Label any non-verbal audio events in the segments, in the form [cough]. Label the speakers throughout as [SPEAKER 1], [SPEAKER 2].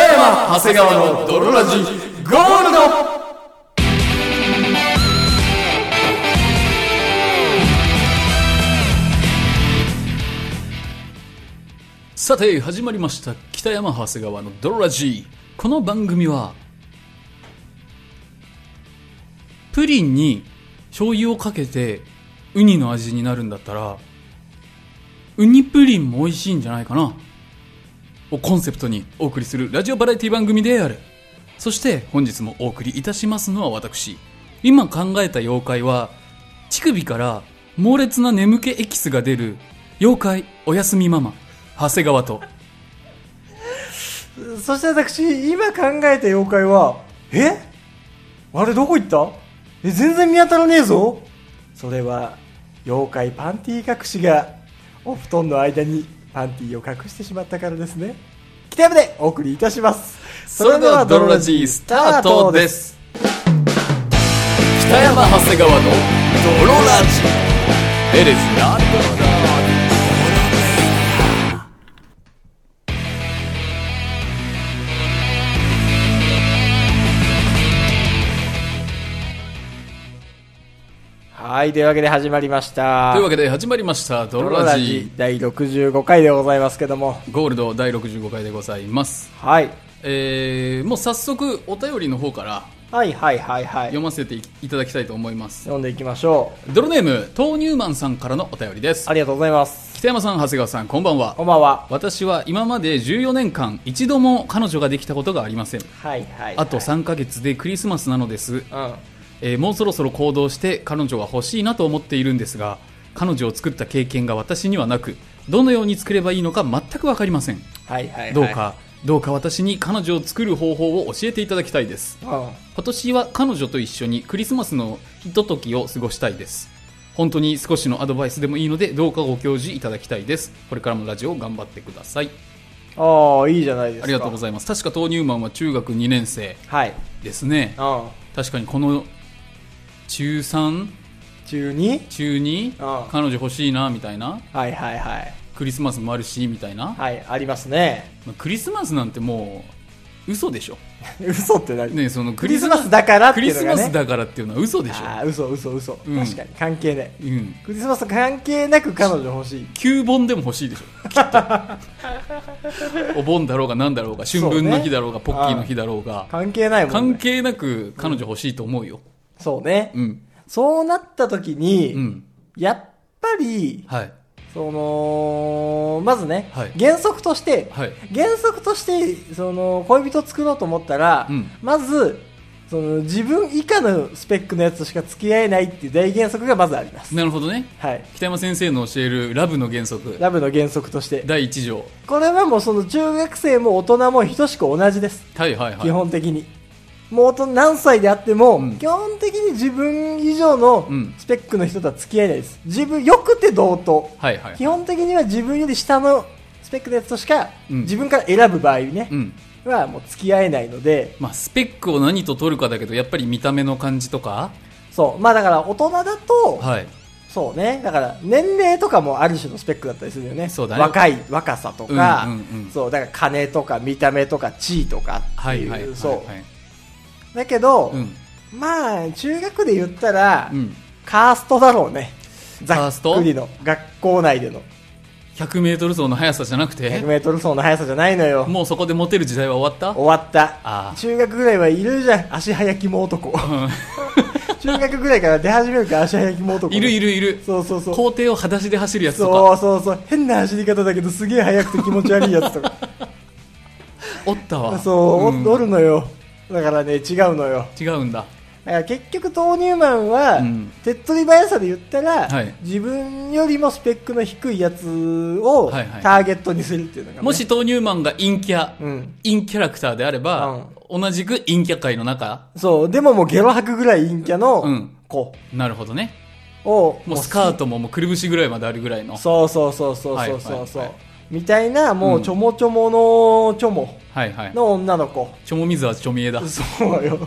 [SPEAKER 1] 長谷川の泥ラジゴールドさて始まりました北山長谷川の泥ラジこの番組はプリンに醤油をかけてウニの味になるんだったらウニプリンも美味しいんじゃないかなをコンセプトにお送りするラジオバラエティ番組であるそして本日もお送りいたしますのは私今考えた妖怪は乳首から猛烈な眠気エキスが出る妖怪おやすみママ長谷川と
[SPEAKER 2] そして私、今考えた妖怪は、えあれどこ行ったえ、全然見当たらねえぞそれは、妖怪パンティ隠しが、お布団の間にパンティを隠してしまったからですね。北山でお送りいたします。
[SPEAKER 1] それではドロラジースタートです北山長谷川のドロラジ It is not
[SPEAKER 2] はい、というわけで始まりました。
[SPEAKER 1] というわけで始まりましたドロ
[SPEAKER 2] ドロ
[SPEAKER 1] ラ
[SPEAKER 2] ラ
[SPEAKER 1] ジ
[SPEAKER 2] ジ第65回でございますけども。
[SPEAKER 1] ゴールド第65回でございます
[SPEAKER 2] はい。
[SPEAKER 1] えー、もう早速お便りの方から
[SPEAKER 2] はいはいはいはい
[SPEAKER 1] 読。ませていただきたいと思います
[SPEAKER 2] 読んでいきましょう。
[SPEAKER 1] ドロネーム豆乳マンさんからのお便りです
[SPEAKER 2] ありがとうございます。
[SPEAKER 1] 北山さん長谷川さんこんばんは
[SPEAKER 2] こんばんは。
[SPEAKER 1] 私は今まで14年間一度も彼女ができたことがありません
[SPEAKER 2] はいはい、はい。
[SPEAKER 1] あと3ヶ月でクリスマスなのです、
[SPEAKER 2] うん。
[SPEAKER 1] えーもうそろそろ行動して彼女が欲しいなと思っているんですが彼女を作った経験が私にはなくどのように作ればいいのか全く分かりません
[SPEAKER 2] はいはい、はい。
[SPEAKER 1] どうか、どうか私に彼女を作る方法を教えていただきたいです
[SPEAKER 2] うん。
[SPEAKER 1] 今年は彼女と一緒にクリスマスのひとときを過ごしたいです本当に少しのアドバイスでもいいのでどうかご教示いただきたいですこれからもラジオ頑張ってください
[SPEAKER 2] ああいいじゃないですか
[SPEAKER 1] ありがとうご
[SPEAKER 2] い
[SPEAKER 1] ざいます確か豆乳マンは中学2年生
[SPEAKER 2] ますはい、
[SPEAKER 1] ですね
[SPEAKER 2] うん、
[SPEAKER 1] 確かにこの中3
[SPEAKER 2] 中2
[SPEAKER 1] 中
[SPEAKER 2] あ
[SPEAKER 1] 2
[SPEAKER 2] あ
[SPEAKER 1] 彼女欲しいなみたいな
[SPEAKER 2] はいはいはい
[SPEAKER 1] クリスマスもあるしみたいな
[SPEAKER 2] はいありますね [laughs]
[SPEAKER 1] まあクリスマスなんてもう嘘でしょ、
[SPEAKER 2] 嘘って何、
[SPEAKER 1] ね、その
[SPEAKER 2] クリスマスだからって
[SPEAKER 1] クリ
[SPEAKER 2] いうの
[SPEAKER 1] ス
[SPEAKER 2] がね
[SPEAKER 1] マスだからっていうのは嘘でし
[SPEAKER 2] あ
[SPEAKER 1] ょ、
[SPEAKER 2] あ嘘嘘嘘、
[SPEAKER 1] うん
[SPEAKER 2] 確かに関係ない
[SPEAKER 1] うん、
[SPEAKER 2] クリスマス関係なく彼女欲しい
[SPEAKER 1] 旧盆でも欲し
[SPEAKER 2] [laughs]
[SPEAKER 1] いでしょきっとお盆だろうが何だろうが春分の日だろうが
[SPEAKER 2] そうね
[SPEAKER 1] ポッキーの日だろうが
[SPEAKER 2] 関係ないもんね
[SPEAKER 1] 関係なく彼女欲しいと思うよ
[SPEAKER 2] そうね、
[SPEAKER 1] うん
[SPEAKER 2] そうなった時に、
[SPEAKER 1] うん
[SPEAKER 2] やっぱり
[SPEAKER 1] はい
[SPEAKER 2] そのまずね、
[SPEAKER 1] はい
[SPEAKER 2] 原則として、
[SPEAKER 1] はい
[SPEAKER 2] 原則としてその恋人作ろうと思ったら、
[SPEAKER 1] うん
[SPEAKER 2] まずその自分以下のスペックのやつしか付き合えないっていう大原則がまずあります、
[SPEAKER 1] なるほどね
[SPEAKER 2] はい、
[SPEAKER 1] 北山先生の教えるラブの原則
[SPEAKER 2] ラブの原則として
[SPEAKER 1] 第1条
[SPEAKER 2] これはもうその中学生も大人も等しく同じです、
[SPEAKER 1] はいはいはい
[SPEAKER 2] 基本的にもう大人何歳であっても、
[SPEAKER 1] うん
[SPEAKER 2] 基本的に自分以上の
[SPEAKER 1] うん
[SPEAKER 2] スペックの人とは付き合えないです自分よくて同等
[SPEAKER 1] はいはい
[SPEAKER 2] 基本的には自分より下のスペックのやつとしか、
[SPEAKER 1] うん
[SPEAKER 2] 自分から選ぶ場合ね
[SPEAKER 1] う、ん
[SPEAKER 2] はもう付き合えないので、
[SPEAKER 1] まあ、スペックを何と取るかだけどやっぱり見た目の感じとか
[SPEAKER 2] そう、まあだから大人だと、
[SPEAKER 1] はい
[SPEAKER 2] そうね、だから年齢とかもある種のスペックだったりするよね。
[SPEAKER 1] そうだね
[SPEAKER 2] 若い、若さとか、
[SPEAKER 1] うんうんうん
[SPEAKER 2] そう、だから金とか見た目とか地位とかっていう、
[SPEAKER 1] はいはいはい
[SPEAKER 2] そ。
[SPEAKER 1] はいう
[SPEAKER 2] だけど、
[SPEAKER 1] うん
[SPEAKER 2] まあ、中学で言ったら、
[SPEAKER 1] うん
[SPEAKER 2] カーストだろうね。
[SPEAKER 1] カ
[SPEAKER 2] ざ
[SPEAKER 1] ー
[SPEAKER 2] っ
[SPEAKER 1] スト
[SPEAKER 2] くりの、学校内での
[SPEAKER 1] 100m 走の速さじゃなく
[SPEAKER 2] 100
[SPEAKER 1] て
[SPEAKER 2] メートル走の速さじゃないのよ。
[SPEAKER 1] もうそこでモテる時代は終わった
[SPEAKER 2] 終わった。
[SPEAKER 1] あー
[SPEAKER 2] 中学ぐらいはいるじゃん、足早き
[SPEAKER 1] [laughs]
[SPEAKER 2] も男。中学ぐらいから出始めるから足早きも
[SPEAKER 1] うん
[SPEAKER 2] 男。
[SPEAKER 1] いるいるいる
[SPEAKER 2] そうそうそう。
[SPEAKER 1] 校庭を裸足で走るやつとか
[SPEAKER 2] そうそうそう。変な走り方だけどすげえ速くて気持ち悪いやつと
[SPEAKER 1] [laughs]
[SPEAKER 2] か。
[SPEAKER 1] おったわ
[SPEAKER 2] そう、
[SPEAKER 1] ん
[SPEAKER 2] おおるのよ。だからね、違うのよ。
[SPEAKER 1] 違うんだ
[SPEAKER 2] だから結局豆乳マンは、
[SPEAKER 1] うん
[SPEAKER 2] 手っ取り早さで言ったら、
[SPEAKER 1] はい
[SPEAKER 2] 自分よりもスペックの低いやつを
[SPEAKER 1] はいはい
[SPEAKER 2] ターゲットにするっていうのが、ね
[SPEAKER 1] も、し豆乳マンが陰キャ、
[SPEAKER 2] うん。
[SPEAKER 1] 陰キャラクターであれば、同じく陰キャ界の中
[SPEAKER 2] そう、でももうゲロ吐くぐらい陰キャ
[SPEAKER 1] う
[SPEAKER 2] の
[SPEAKER 1] ん
[SPEAKER 2] 子
[SPEAKER 1] なるほどね
[SPEAKER 2] を、
[SPEAKER 1] もうスカー
[SPEAKER 2] ト
[SPEAKER 1] トももうくるぶしぐらいまであるぐらいの
[SPEAKER 2] そうそうそうそうそうそうそ
[SPEAKER 1] はい
[SPEAKER 2] う、
[SPEAKER 1] はいはい
[SPEAKER 2] みたいなもうちょもちょものちょも
[SPEAKER 1] はいはい
[SPEAKER 2] の女の子、
[SPEAKER 1] ちょもみずはちょみえだ、うん、
[SPEAKER 2] そうよ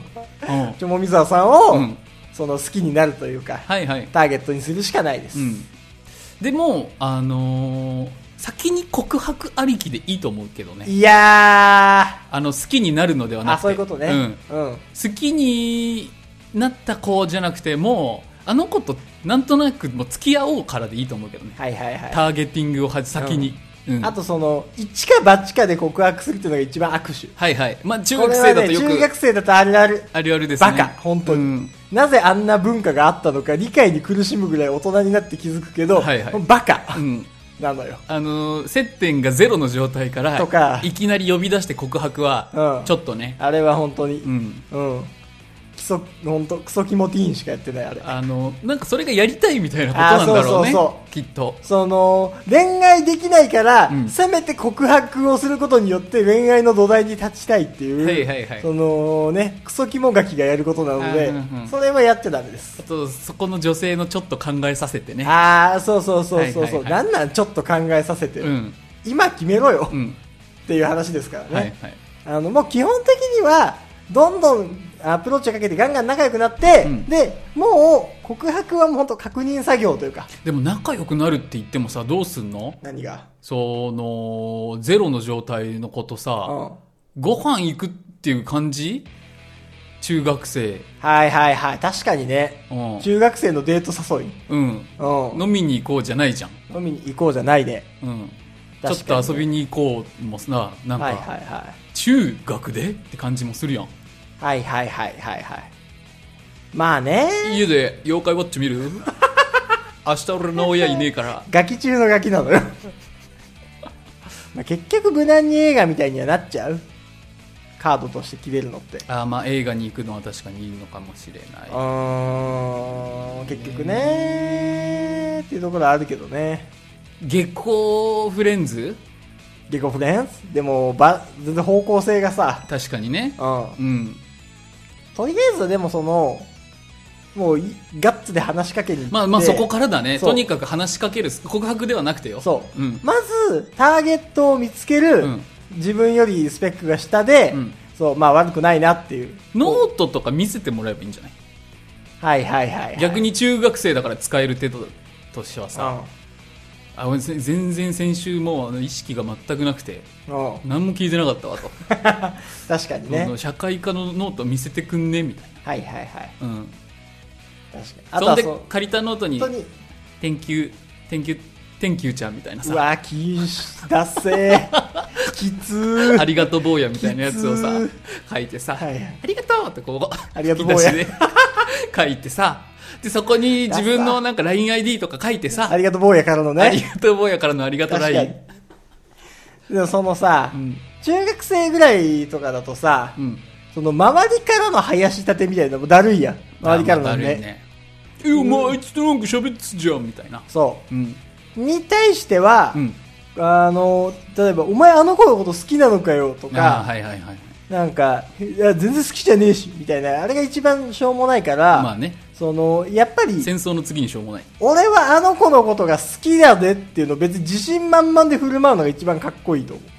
[SPEAKER 1] は
[SPEAKER 2] ちょもみざわさんを、
[SPEAKER 1] うん
[SPEAKER 2] その好きになるというか
[SPEAKER 1] いはい
[SPEAKER 2] ターゲットにするしかないです、
[SPEAKER 1] うん、でも、あのー先に告白ありきでいいと思うけどね
[SPEAKER 2] いや
[SPEAKER 1] あの好きになるのでは
[SPEAKER 2] ー
[SPEAKER 1] なく
[SPEAKER 2] あ
[SPEAKER 1] て
[SPEAKER 2] そういうことね
[SPEAKER 1] ん、
[SPEAKER 2] うん、
[SPEAKER 1] 好きになった子じゃなくてもうあの子となんとなくもう付き合おうからでいいと思うけどね、
[SPEAKER 2] はいはいはい
[SPEAKER 1] ターゲティングをはじ先に、うん
[SPEAKER 2] あとその一か八かで告白するっていうのが一番握手
[SPEAKER 1] はいはいまあ中
[SPEAKER 2] こ
[SPEAKER 1] 学
[SPEAKER 2] れは
[SPEAKER 1] 生だと
[SPEAKER 2] ね
[SPEAKER 1] よく、
[SPEAKER 2] 中学生だとあるある
[SPEAKER 1] あるあるですね
[SPEAKER 2] バカ本当に、
[SPEAKER 1] うん
[SPEAKER 2] なぜあんな文化があったのか理解に苦しむぐらい大人になって気づくけど、
[SPEAKER 1] はいはい
[SPEAKER 2] バカ
[SPEAKER 1] うん
[SPEAKER 2] [laughs] なのよ
[SPEAKER 1] あのー接点がゼロの状態から
[SPEAKER 2] とか
[SPEAKER 1] いきなり呼び出して告白は
[SPEAKER 2] うん
[SPEAKER 1] ちょっとね、
[SPEAKER 2] あれは本当に
[SPEAKER 1] うん
[SPEAKER 2] うん、クソ本当クソキモティーンしかやってないあれ
[SPEAKER 1] あのなんかそれがやりたいみたいなことなんだろうね
[SPEAKER 2] あーそうそう
[SPEAKER 1] きっと
[SPEAKER 2] その恋愛できないから、
[SPEAKER 1] うん
[SPEAKER 2] せめて告白をすることによって恋愛の土台に立ちたいっていう、
[SPEAKER 1] はいはいはい
[SPEAKER 2] そのねクソキモガキがやることなので、
[SPEAKER 1] あーうんうん
[SPEAKER 2] それはやっちゃダメです
[SPEAKER 1] あとそこの女性のちょっと考えさせてね
[SPEAKER 2] ああそうそうそうそうそう、
[SPEAKER 1] はいはいはい
[SPEAKER 2] なんなんちょっと考えさせて、
[SPEAKER 1] うん
[SPEAKER 2] 今決めろよ、
[SPEAKER 1] う
[SPEAKER 2] っ
[SPEAKER 1] ん
[SPEAKER 2] ていう話ですからね、
[SPEAKER 1] はいはい
[SPEAKER 2] あのもう基本的にはどんどんアプローチをかけてガンガン仲良くなって、
[SPEAKER 1] うん
[SPEAKER 2] でもう告白はもう本当確認作業というか
[SPEAKER 1] でも仲良くなるって言ってもさどうすんの
[SPEAKER 2] 何が、
[SPEAKER 1] そのゼロの状態のこと
[SPEAKER 2] うん、
[SPEAKER 1] さ
[SPEAKER 2] は
[SPEAKER 1] ご飯行くっていう感じ中学生
[SPEAKER 2] いはいはい確かにね
[SPEAKER 1] うん、
[SPEAKER 2] 中学生のデート誘い、
[SPEAKER 1] うん、
[SPEAKER 2] うん、
[SPEAKER 1] 飲みに行こうじゃないじゃん、
[SPEAKER 2] 飲みに行こうじゃないで、
[SPEAKER 1] うん、ちょっ
[SPEAKER 2] 確かに
[SPEAKER 1] と遊びに行こうもさなんか、
[SPEAKER 2] はいはいはい
[SPEAKER 1] 中学でって感じもするやん
[SPEAKER 2] はいはいはいはいはいまあね
[SPEAKER 1] 家で妖怪ウォッチ見る
[SPEAKER 2] [laughs]
[SPEAKER 1] 明日俺の親いねえから
[SPEAKER 2] ガキ中のガキ
[SPEAKER 1] [laughs]
[SPEAKER 2] なのよまあ結局無難に映画みたいにはなっちゃうカードとして切れるのって
[SPEAKER 1] あーまあ映画に行くのは確かにいいのかもしれない
[SPEAKER 2] うーん結局ねっていうところあるけどね
[SPEAKER 1] 下校フレンズ
[SPEAKER 2] ゲコフレンズでもば全然方向性がさ、
[SPEAKER 1] 確かにね
[SPEAKER 2] うん、
[SPEAKER 1] うん
[SPEAKER 2] とりあえずでもそのもういガッツで話しかけに行って
[SPEAKER 1] まあまあそこからだね
[SPEAKER 2] そう
[SPEAKER 1] とにかく話しかける告白ではなくてよ
[SPEAKER 2] そう、
[SPEAKER 1] うん
[SPEAKER 2] まずターゲットを見つける、
[SPEAKER 1] うん
[SPEAKER 2] 自分よりスペックが下で、
[SPEAKER 1] うん
[SPEAKER 2] そうまあ悪くないなっていう
[SPEAKER 1] ノ
[SPEAKER 2] こ
[SPEAKER 1] ートとか見せてもらえばいいんじゃないう
[SPEAKER 2] はいはいはい、はい、
[SPEAKER 1] 逆に中学生だから使える程度としてはさあ俺ぜ全然先週もうあの意識が全くなくて
[SPEAKER 2] うん、うん、
[SPEAKER 1] 何も聞いてなかったわと、
[SPEAKER 2] 確かにね
[SPEAKER 1] その社会科のノート見せてくんねみたい
[SPEAKER 2] はいはいはい
[SPEAKER 1] な、うん、
[SPEAKER 2] 確かにあ
[SPEAKER 1] そ
[SPEAKER 2] と
[SPEAKER 1] ん
[SPEAKER 2] は
[SPEAKER 1] で
[SPEAKER 2] そう
[SPEAKER 1] 借りたノートに
[SPEAKER 2] 本
[SPEAKER 1] [laughs]
[SPEAKER 2] 当に
[SPEAKER 1] 「天球天球天球ちゃん」みたいな
[SPEAKER 2] う
[SPEAKER 1] さ
[SPEAKER 2] わきしだせ
[SPEAKER 1] [laughs]
[SPEAKER 2] ーきつ
[SPEAKER 1] 「
[SPEAKER 2] ー
[SPEAKER 1] ありがとう坊や」みたいなやつをさ
[SPEAKER 2] き
[SPEAKER 1] 書いてさ「
[SPEAKER 2] はい
[SPEAKER 1] ありがとう」ってこう
[SPEAKER 2] ありがとう坊や
[SPEAKER 1] 吹き出しで [laughs] 書いてさでそこに自分のなんか LINEID とか書いてさ
[SPEAKER 2] ありがとう坊やからの
[SPEAKER 1] あり
[SPEAKER 2] ね
[SPEAKER 1] がとう坊やからのありがとう
[SPEAKER 2] 確かに
[SPEAKER 1] LINE
[SPEAKER 2] でもそのさ、
[SPEAKER 1] うん
[SPEAKER 2] 中学生ぐらいとかだとさ、
[SPEAKER 1] うん
[SPEAKER 2] その周りからの林立てみたいなのもだるいやん周りから
[SPEAKER 1] あま
[SPEAKER 2] のね
[SPEAKER 1] あだるいねえお前あいつとなんか喋ってたじゃんみたいな
[SPEAKER 2] そ
[SPEAKER 1] うん
[SPEAKER 2] うに対しては、
[SPEAKER 1] うん
[SPEAKER 2] あの例えば「お前あの子のこと好きなのかよ」と
[SPEAKER 1] あー
[SPEAKER 2] か、
[SPEAKER 1] はいはいはい
[SPEAKER 2] なんか「いや全然好きじゃねえし」みたいなあれが一番しょうもないから、
[SPEAKER 1] まあね
[SPEAKER 2] そのやっぱり
[SPEAKER 1] 戦争の次にしょうもない
[SPEAKER 2] 俺はあの子のことが好きだねっていうのを別に自信満々で振る舞うのが一番かっこいいと思う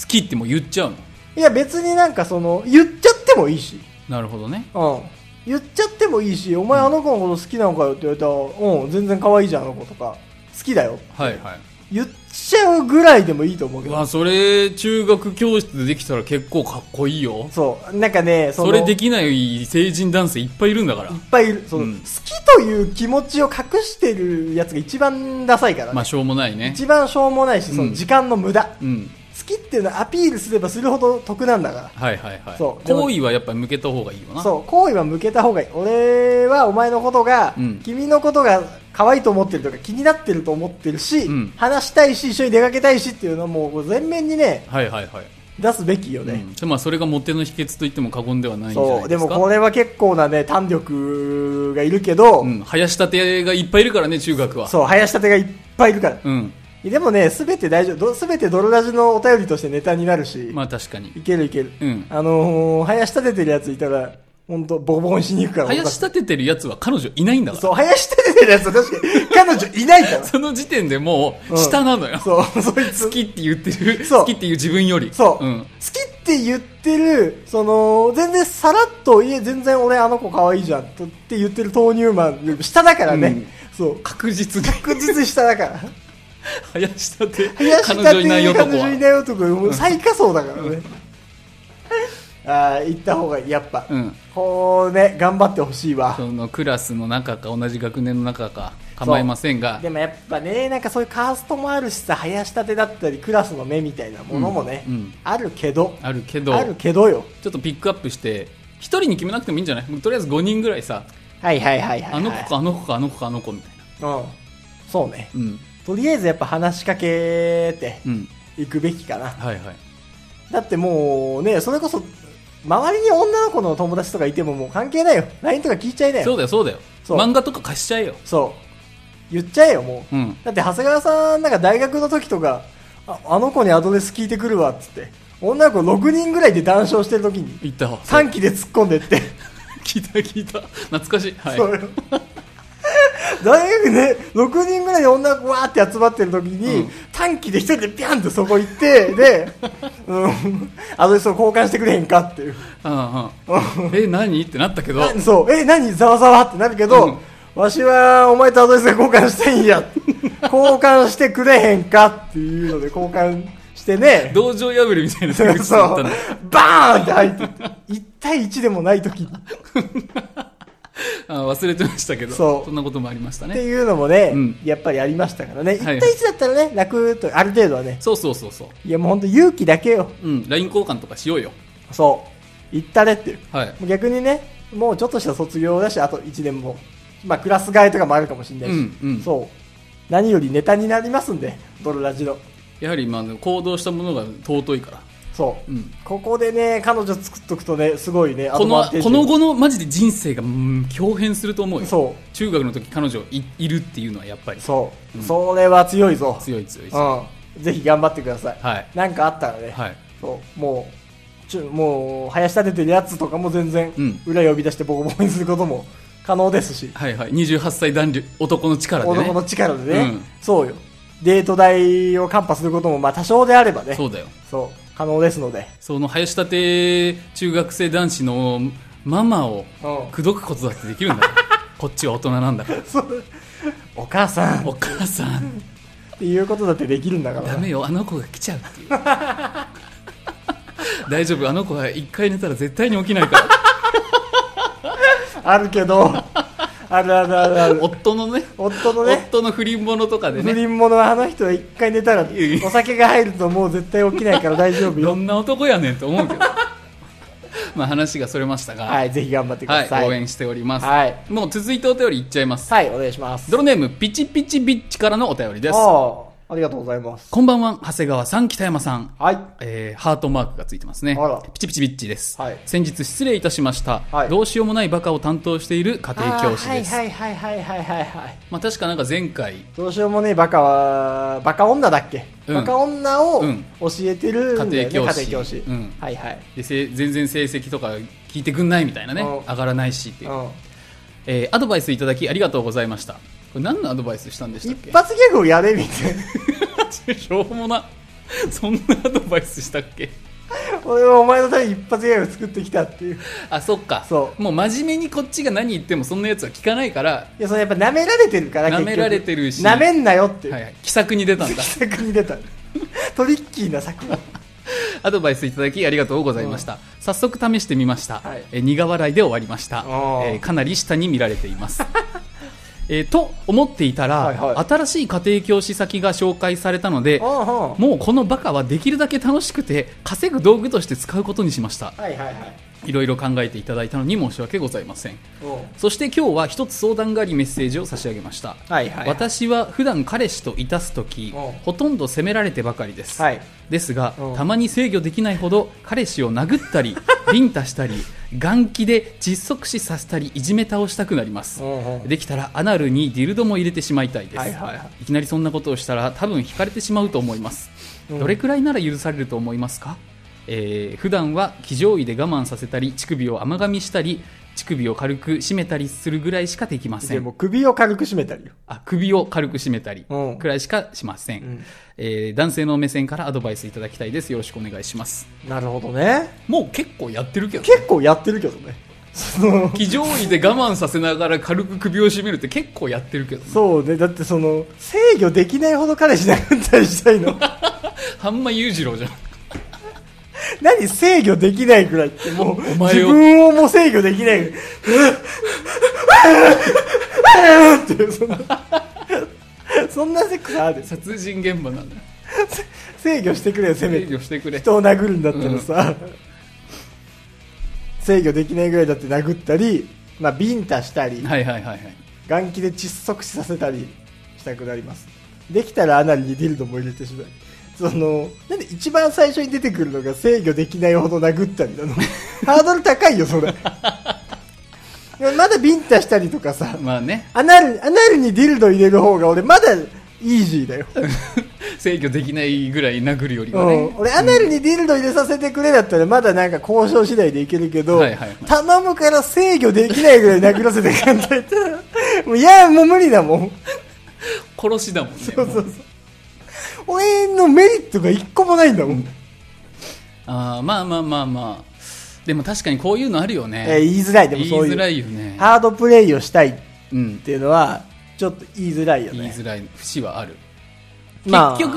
[SPEAKER 1] 好きってもう言っちゃうの
[SPEAKER 2] いや別になんかその言っちゃってもいいし
[SPEAKER 1] なるほどね
[SPEAKER 2] うん言っちゃってもいいしお前あの子のこと好きなのかよって言われたらうん全然可愛いじゃんあの子とか好きだよ
[SPEAKER 1] はいはい
[SPEAKER 2] 言っちゃうぐらいでもいいと思うけ
[SPEAKER 1] う
[SPEAKER 2] ど
[SPEAKER 1] わそれ中学教室でできたら結構かっこいいよ
[SPEAKER 2] そうなんかねそ
[SPEAKER 1] そ
[SPEAKER 2] の
[SPEAKER 1] れで
[SPEAKER 2] いっ
[SPEAKER 1] きない成人男性いっぱいいるんだから
[SPEAKER 2] ぱいいるその、
[SPEAKER 1] うん
[SPEAKER 2] 好きという気持ちを隠してるやつが一番ダサいから、ね
[SPEAKER 1] まあしょうもないね
[SPEAKER 2] 一番しょうもないしその時間の無駄、好
[SPEAKER 1] うん
[SPEAKER 2] きっていうのはアピールすればするほど得なんだから
[SPEAKER 1] はいはいはい
[SPEAKER 2] そう
[SPEAKER 1] 行為はやっぱり向けた方がいいよな
[SPEAKER 2] そう、好意は向けた方がいい。俺はお前のことが、
[SPEAKER 1] うん
[SPEAKER 2] 君のことが可愛いと思ってるとか気になってると思ってるし、
[SPEAKER 1] うん
[SPEAKER 2] 話したいし、一緒に出かけたいしっていうのはもう全面にね、
[SPEAKER 1] はいはいはい、
[SPEAKER 2] 出すべきよ
[SPEAKER 1] う
[SPEAKER 2] ね。
[SPEAKER 1] ん、まあそれがモテの秘訣と言っても過言ではないんじゃないですか
[SPEAKER 2] そう、でもこれは結構なね、胆力がいるけど、
[SPEAKER 1] うん、林立てがいっぱいいるからね中学は
[SPEAKER 2] そう、林立てがいっぱいいるから。
[SPEAKER 1] うん
[SPEAKER 2] でもね、すべて大丈夫。すべて泥ラジのお便りとしてネタになるし、
[SPEAKER 1] まあ確かに
[SPEAKER 2] いけるいける。
[SPEAKER 1] うん
[SPEAKER 2] あのー、林立ててるやついたら、ほんと、ボコボコにしに行くから。
[SPEAKER 1] 林立ててるやつは彼女いないんだから
[SPEAKER 2] そう、林立ててるやつは確かに、彼女いないから。
[SPEAKER 1] その時点でも
[SPEAKER 2] うん
[SPEAKER 1] う下なのよ、
[SPEAKER 2] そう、 [laughs] そいつ
[SPEAKER 1] 好。きって言ってる
[SPEAKER 2] そう
[SPEAKER 1] 好きっていう自分より
[SPEAKER 2] そう、
[SPEAKER 1] ん
[SPEAKER 2] 好きって言ってる、その、全然さらっと、いえ、全然俺あの子可愛いじゃん、とって言ってる豆乳マンより下だからね。
[SPEAKER 1] うん
[SPEAKER 2] そう。
[SPEAKER 1] 確実に [laughs]
[SPEAKER 2] 確実に下だから。
[SPEAKER 1] 林立て
[SPEAKER 2] 林
[SPEAKER 1] 彼
[SPEAKER 2] 立
[SPEAKER 1] 女いない男
[SPEAKER 2] 彼女い
[SPEAKER 1] は
[SPEAKER 2] ない男もう最下層だからね、 [laughs] ああ行った方がいいやっぱ、
[SPEAKER 1] うん
[SPEAKER 2] こうね頑張ってほしいわ
[SPEAKER 1] そのクラスの中か同じ学年の中か構いませんが
[SPEAKER 2] でもやっぱねなんかそういうカーストもあるしさ林立てだったりクラスの目みたいなものもね、
[SPEAKER 1] うんうん
[SPEAKER 2] あるけど
[SPEAKER 1] あるけど
[SPEAKER 2] あるけどよ
[SPEAKER 1] ちょっとピックアップして1人に決めなくてもいいんじゃないもうとりあえず5人ぐらいさ
[SPEAKER 2] はいはいはいはい、はい、
[SPEAKER 1] あの子かあの子かあの子かあの子みたいな
[SPEAKER 2] うんそうね
[SPEAKER 1] うん
[SPEAKER 2] とりあえずやっぱ話しかけて
[SPEAKER 1] うん
[SPEAKER 2] いくべきかな、
[SPEAKER 1] はいはい
[SPEAKER 2] だってもうねそれこそ周りに女の子の友達とかいてももう関係ないよ LINE とか聞いちゃいなよ
[SPEAKER 1] そうだよそうだよ
[SPEAKER 2] そう
[SPEAKER 1] 漫画とか貸しちゃえよ
[SPEAKER 2] そう言っちゃえよもう、
[SPEAKER 1] うん
[SPEAKER 2] だって長谷川さんなんか大学の時とかああの子にアドレス聞いてくるわっつって女の子6人ぐらいで談笑してる時に
[SPEAKER 1] 言ったわ
[SPEAKER 2] 3期で突っ込んでって、
[SPEAKER 1] 聞いた聞いた懐かしいはい
[SPEAKER 2] そうよ [laughs] 大学で6人ぐらいで女の子わーって集まってる時に、
[SPEAKER 1] うん
[SPEAKER 2] 短期で一人でピャンってそこ行って
[SPEAKER 1] [laughs]
[SPEAKER 2] で、うん、アドレスを交換してくれへんかっていう
[SPEAKER 1] うん
[SPEAKER 2] [laughs]
[SPEAKER 1] うんえ何ってなったけど
[SPEAKER 2] なそうえ何ざわざわってなるけど、わしはお前とアドレス交換して
[SPEAKER 1] [laughs]
[SPEAKER 2] んや交換してくれへんかっていうので交換してね
[SPEAKER 1] 道場破りみたいな
[SPEAKER 2] そ
[SPEAKER 1] 手
[SPEAKER 2] う
[SPEAKER 1] 口だったの
[SPEAKER 2] バーンって入って1対1でもない時にっ
[SPEAKER 1] [laughs] あ忘れてましたけど
[SPEAKER 2] そう
[SPEAKER 1] そんなこともありました
[SPEAKER 2] て
[SPEAKER 1] ね
[SPEAKER 2] いうのもね、
[SPEAKER 1] うん
[SPEAKER 2] やっぱりありましたからね1
[SPEAKER 1] はい
[SPEAKER 2] 対1だったらね楽とある程度はね
[SPEAKER 1] そうそうそうそう
[SPEAKER 2] いやもう本当勇気だけよ
[SPEAKER 1] うん LINE 交換とかしようよ
[SPEAKER 2] そう行ったねっていう
[SPEAKER 1] はい
[SPEAKER 2] 逆にねもうちょっとした卒業だしあと1年もまあクラス替えとかもあるかもしれないし、
[SPEAKER 1] うんうん
[SPEAKER 2] そう何よりネタになりますんでドロラジの
[SPEAKER 1] やはりまあ行動したものが尊いから
[SPEAKER 2] そう、
[SPEAKER 1] うん
[SPEAKER 2] ここでね彼女作っとくとねすごいね
[SPEAKER 1] この
[SPEAKER 2] アドバンテージ
[SPEAKER 1] この後のマジで人生がうん豹変すると思うよ
[SPEAKER 2] そ
[SPEAKER 1] 中学の時彼女いいるっていうのはやっぱり
[SPEAKER 2] うそう、
[SPEAKER 1] うん
[SPEAKER 2] それは強いぞ
[SPEAKER 1] 強い強い強い、
[SPEAKER 2] うん、ぜひ頑張ってください、
[SPEAKER 1] はい
[SPEAKER 2] なんかあったらね、
[SPEAKER 1] はい
[SPEAKER 2] そうもうちゅもう林立ててるやつとかも全然、
[SPEAKER 1] うん
[SPEAKER 2] 裏呼び出してボコボコにすることも可能ですし
[SPEAKER 1] はいはい28歳男女男の力でね
[SPEAKER 2] 男の力でね、
[SPEAKER 1] うん
[SPEAKER 2] そうよデート代をカンパすることもまあ多少であればね
[SPEAKER 1] そうだよ
[SPEAKER 2] そう可能ですので
[SPEAKER 1] その林立て中学生男子のママを
[SPEAKER 2] うん
[SPEAKER 1] 口説くことだってできる
[SPEAKER 2] [laughs]
[SPEAKER 1] んだよこっちは大人なんだから
[SPEAKER 2] そうお母さんっ
[SPEAKER 1] お母さん
[SPEAKER 2] ていうことだってできるんだから
[SPEAKER 1] ダメよあの子が来ちゃうっ
[SPEAKER 2] [laughs]
[SPEAKER 1] ていう大丈夫あの子は一回寝たら絶対に起きないから
[SPEAKER 2] ある
[SPEAKER 1] [laughs]
[SPEAKER 2] けどあるあるあるある
[SPEAKER 1] 夫のね
[SPEAKER 2] 夫のね
[SPEAKER 1] 夫の不倫ものとかで
[SPEAKER 2] 不
[SPEAKER 1] ね
[SPEAKER 2] 倫者はあの人は一回寝たら
[SPEAKER 1] いや
[SPEAKER 2] お酒が入るともう絶対起きないから大丈夫
[SPEAKER 1] [laughs] ど
[SPEAKER 2] よ
[SPEAKER 1] んな男やねんと思う
[SPEAKER 2] [laughs]
[SPEAKER 1] けどまあ話がそれましたが、
[SPEAKER 2] はいぜひ頑張ってくださ
[SPEAKER 1] はい
[SPEAKER 2] い
[SPEAKER 1] 応援しております、
[SPEAKER 2] はい
[SPEAKER 1] もう続いてお便りいっちゃいます
[SPEAKER 2] はいお願いします
[SPEAKER 1] ドロネームピチピチビッチからのお便りです
[SPEAKER 2] ああありがとうございます
[SPEAKER 1] こんばんは長谷川さん北山さん
[SPEAKER 2] はい
[SPEAKER 1] えーハートマークがついてますね
[SPEAKER 2] あら
[SPEAKER 1] ピチピチビッチです、
[SPEAKER 2] はい
[SPEAKER 1] 先日失礼いたしました、
[SPEAKER 2] はい
[SPEAKER 1] どうしようもないバカを担当している家庭教師です、
[SPEAKER 2] あーはいはいはいはいはいはい
[SPEAKER 1] まあ、確かなんか前回
[SPEAKER 2] どうしようもねえバカはバカ女だっけ、
[SPEAKER 1] うん
[SPEAKER 2] バカ女を
[SPEAKER 1] うん
[SPEAKER 2] 教えてるんだよね、
[SPEAKER 1] 家庭教師
[SPEAKER 2] 家庭教師、
[SPEAKER 1] うん
[SPEAKER 2] はいはい、
[SPEAKER 1] でせ全然成績とか聞いてくんないみたいなね
[SPEAKER 2] うん
[SPEAKER 1] 上がらないしっていうう、
[SPEAKER 2] ん、
[SPEAKER 1] えーアドバイスいただきありがとうございましたこれ何のアドバイスしたんでしたっけ
[SPEAKER 2] 一発ギャグをやれみたいな
[SPEAKER 1] [laughs]
[SPEAKER 2] [laughs]
[SPEAKER 1] しょうもなそんなアドバイスしたっけ
[SPEAKER 2] 俺はお前のために一発ギャグを作ってきたっていう
[SPEAKER 1] あそっか
[SPEAKER 2] そう
[SPEAKER 1] もう真面目にこっちが何言ってもそんなやつは聞かないから、
[SPEAKER 2] いやそれやっぱ舐められてるから
[SPEAKER 1] 舐め
[SPEAKER 2] 結局
[SPEAKER 1] られてるし
[SPEAKER 2] 舐めんなよっていう、
[SPEAKER 1] はいはい、気さくに出た
[SPEAKER 2] [laughs]
[SPEAKER 1] んだ
[SPEAKER 2] 気さくに出たトリッキーな作品
[SPEAKER 1] アドバイスいただきありがとうございました、早速試してみました、
[SPEAKER 2] はい
[SPEAKER 1] えー苦笑いで終わりました、え
[SPEAKER 2] おー
[SPEAKER 1] ーかなり下に見られてい
[SPEAKER 2] [laughs]
[SPEAKER 1] ますえーと思っていたら、
[SPEAKER 2] はいはい
[SPEAKER 1] 新しい家庭教師先が紹介されたので
[SPEAKER 2] うんうんは
[SPEAKER 1] もうこのバカはできるだけ楽しくて稼ぐ道具として使うことにしました
[SPEAKER 2] いはいはい
[SPEAKER 1] いろいろ考えていただいたのに申し訳ございません
[SPEAKER 2] おう
[SPEAKER 1] そして今日は一つ相談がありメッセージを差し上げました、
[SPEAKER 2] はいはい
[SPEAKER 1] 私は普段彼氏といたす時
[SPEAKER 2] おう
[SPEAKER 1] ほとんど責められてばかりです、
[SPEAKER 2] はい
[SPEAKER 1] ですが
[SPEAKER 2] うん
[SPEAKER 1] たまに制御できないほど彼氏を殴ったりビンタしたり眼気で窒息死させたりいじめ倒したくなります
[SPEAKER 2] うんうん
[SPEAKER 1] できたらアナルにディルドも入れてしまいたいです、
[SPEAKER 2] はいはいはい
[SPEAKER 1] きなりそんなことをしたら多分引かれてしまうと思います、
[SPEAKER 2] うん
[SPEAKER 1] どれくらいなら許されると思いますか、えー普段は気乗位で我慢させたり乳首を甘噛みしたり乳首を軽く締めたりするぐらいしかできませ
[SPEAKER 2] で
[SPEAKER 1] ん
[SPEAKER 2] も首を軽く絞めたりよ
[SPEAKER 1] あ首を軽く締めたり
[SPEAKER 2] うん
[SPEAKER 1] くらいしかしません、
[SPEAKER 2] うん
[SPEAKER 1] えー男性の目線からアドバイスいただきたいですよろしくお願いします
[SPEAKER 2] なるほどね
[SPEAKER 1] もう結構やってるけど
[SPEAKER 2] 結構やってるけどねその
[SPEAKER 1] [laughs] 気乗位で我慢させながら軽く首を絞めるって結構やってるけど
[SPEAKER 2] そうねだってその制御できないほど彼氏なかったりした
[SPEAKER 1] [laughs]
[SPEAKER 2] いの
[SPEAKER 1] 半間裕次郎じゃん
[SPEAKER 2] 何制御できないくらいってもう
[SPEAKER 1] お前
[SPEAKER 2] 自
[SPEAKER 1] を
[SPEAKER 2] 分をもう制御できない [laughs] ってそのそんなセックスある
[SPEAKER 1] 殺人現場なんだよ
[SPEAKER 2] 制御してくれよせめ
[SPEAKER 1] 制
[SPEAKER 2] て
[SPEAKER 1] 御してくれ
[SPEAKER 2] 人を殴るんだったらさ、制御できないぐらいだって殴ったり、まあ、ビンタしたり、
[SPEAKER 1] はいはいはいはい
[SPEAKER 2] 眼気で窒息死させたりしたくなりますできたらアナルにディルドも入れてしまいそのなんで一番最初に出てくるのが制御できないほど殴ったり
[SPEAKER 1] [laughs]
[SPEAKER 2] なのハードル高いよそれでもまだビンタしたりとかさ
[SPEAKER 1] まあね [laughs]
[SPEAKER 2] アナルアナルにディルド入れる方が俺まだイージーだよ
[SPEAKER 1] 制御できないぐらい殴るよりは
[SPEAKER 2] う
[SPEAKER 1] ね
[SPEAKER 2] ん、俺アナルにディルド入れさせてくれだったらまだなんか交渉次第でいけるけど、
[SPEAKER 1] はいはいはい
[SPEAKER 2] 頼むから制御できないぐらい殴らせてくれたらもういやもう無理だもん
[SPEAKER 1] 殺しだもんね
[SPEAKER 2] そうそうそ
[SPEAKER 1] も
[SPEAKER 2] う俺のメリットが一個もないんだもん、
[SPEAKER 1] あーまあまあまあまあでも確かにこういうのあるよ
[SPEAKER 2] えー
[SPEAKER 1] ね
[SPEAKER 2] 言いづらいで
[SPEAKER 1] 言い
[SPEAKER 2] もそういう
[SPEAKER 1] づらいよね
[SPEAKER 2] ハードプレイをしたいっ
[SPEAKER 1] うん
[SPEAKER 2] ていうのはちょっと言いづらいよ
[SPEAKER 1] 言い
[SPEAKER 2] ね
[SPEAKER 1] づらい節はある
[SPEAKER 2] まあ
[SPEAKER 1] 結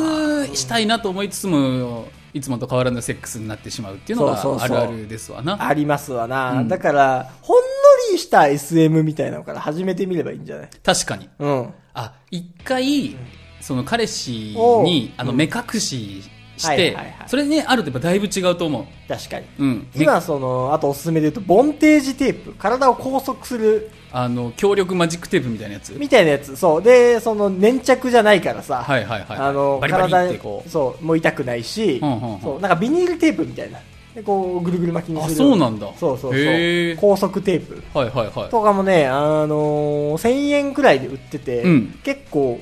[SPEAKER 1] 局したいなと思いつつもいつもと変わらぬセックスになってしまうっていうのが
[SPEAKER 2] そうそ
[SPEAKER 1] あ
[SPEAKER 2] うそう
[SPEAKER 1] るあるですわな
[SPEAKER 2] ありますわな、
[SPEAKER 1] うん
[SPEAKER 2] だからほんのりした SM みたいなのから始めてみればいいんじゃない
[SPEAKER 1] 確かに
[SPEAKER 2] うん
[SPEAKER 1] あ一回その彼氏
[SPEAKER 2] おう
[SPEAKER 1] にあの目隠しし
[SPEAKER 2] はい
[SPEAKER 1] て
[SPEAKER 2] はいはい
[SPEAKER 1] それねあるとやっぱだいぶ違うと思
[SPEAKER 2] 確かに
[SPEAKER 1] ううんね
[SPEAKER 2] 今そのあとおすすめで言うとボンテージテープ体を拘束する
[SPEAKER 1] あの強力マジックテープみたいなやつ
[SPEAKER 2] みたいなやつそうでその粘着じゃないからさ、
[SPEAKER 1] はいはいはい
[SPEAKER 2] あの
[SPEAKER 1] バリバリっ
[SPEAKER 2] 体
[SPEAKER 1] てこう
[SPEAKER 2] そうもう痛くないし、
[SPEAKER 1] うんうんうん
[SPEAKER 2] そうなんかビニールテープみたいなでこうぐるぐる巻きにする
[SPEAKER 1] あそうなんだ
[SPEAKER 2] そうそうそう
[SPEAKER 1] へー
[SPEAKER 2] 高速テープ
[SPEAKER 1] はいはいはい
[SPEAKER 2] とかもね、あのー1000円くらいで売ってて、
[SPEAKER 1] うん
[SPEAKER 2] 結構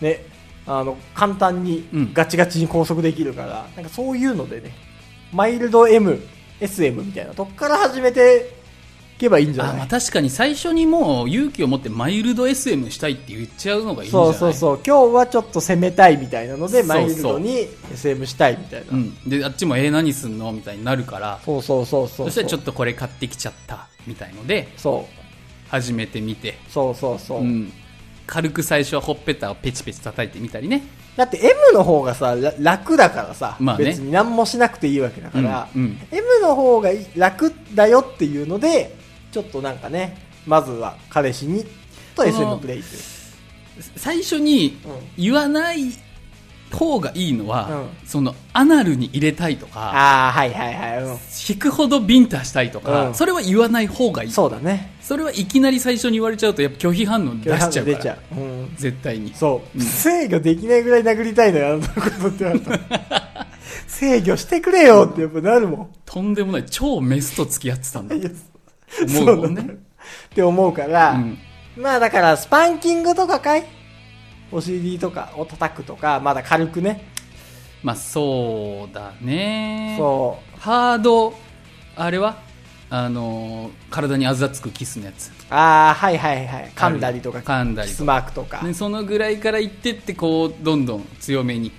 [SPEAKER 2] ねあの簡単に
[SPEAKER 1] うん
[SPEAKER 2] ガチガチに拘束できるから、なんかそういうのでねマイルド MSM みたいなとこから始めていけばいいんじゃ
[SPEAKER 1] あ
[SPEAKER 2] ない、
[SPEAKER 1] まあ確かに最初にもう勇気を持ってマイルド SM したいって言っちゃうのがいいんじゃな
[SPEAKER 2] そ
[SPEAKER 1] いう
[SPEAKER 2] そうそう今日はちょっと攻めたいみたいなの
[SPEAKER 1] そ
[SPEAKER 2] で
[SPEAKER 1] うそう
[SPEAKER 2] マイルドに SM したいみたいな、
[SPEAKER 1] うん、であっちも「えー、何すんの?」みたいになるから
[SPEAKER 2] そうそうそうそう
[SPEAKER 1] そしたらちょっ
[SPEAKER 2] と
[SPEAKER 1] とこれ買ってきちゃったみたいので
[SPEAKER 2] そう
[SPEAKER 1] 始めてみて、
[SPEAKER 2] そうそうそう、
[SPEAKER 1] うん、軽く最初はほっぺたをペチペチ叩いてみたりね
[SPEAKER 2] だって M の方がさら楽だからさ、
[SPEAKER 1] まあね
[SPEAKER 2] 別に何もしなくていいわけだから、
[SPEAKER 1] うんうん
[SPEAKER 2] M の方がい楽だよっていうのでちょっとなんかねまずは彼氏に
[SPEAKER 1] そ
[SPEAKER 2] と
[SPEAKER 1] の
[SPEAKER 2] SM プレイっていう
[SPEAKER 1] 最初に言わない方がいいのは、
[SPEAKER 2] う
[SPEAKER 1] そのアナルに入れたいとか
[SPEAKER 2] ああはいはいはい、う
[SPEAKER 1] 引くほどビンタしたいとか、
[SPEAKER 2] うん
[SPEAKER 1] それは言わない方がいい
[SPEAKER 2] ん、そうだね
[SPEAKER 1] それはいきなり最初に言われちゃうとやっぱ拒否反応出しちゃう
[SPEAKER 2] 出
[SPEAKER 1] か
[SPEAKER 2] ちゃ
[SPEAKER 1] ら
[SPEAKER 2] う、うん、
[SPEAKER 1] 絶対に
[SPEAKER 2] そう、制御できないぐらい殴りたいのよあなたのことって言われたら
[SPEAKER 1] [laughs]
[SPEAKER 2] 制御してくれよってやっぱなるも
[SPEAKER 1] とんでもない超メスと付き合ってたんだ
[SPEAKER 2] んいや
[SPEAKER 1] 思うもん
[SPEAKER 2] [laughs] そうなんだ
[SPEAKER 1] ね
[SPEAKER 2] よって思うから、
[SPEAKER 1] うん
[SPEAKER 2] まあだから、スパンキングとかかいお尻とかを叩くとか、まだ軽くね。
[SPEAKER 1] まあそうだね
[SPEAKER 2] そ
[SPEAKER 1] ハードあれはあのー体にあざつくキスのやつ
[SPEAKER 2] う。ああ、はいはいはい。噛んだりとか、
[SPEAKER 1] 噛んだり
[SPEAKER 2] キ
[SPEAKER 1] と
[SPEAKER 2] ス
[SPEAKER 1] か
[SPEAKER 2] マークとか。
[SPEAKER 1] ねそのぐらいから行ってってこうどんどん強めに、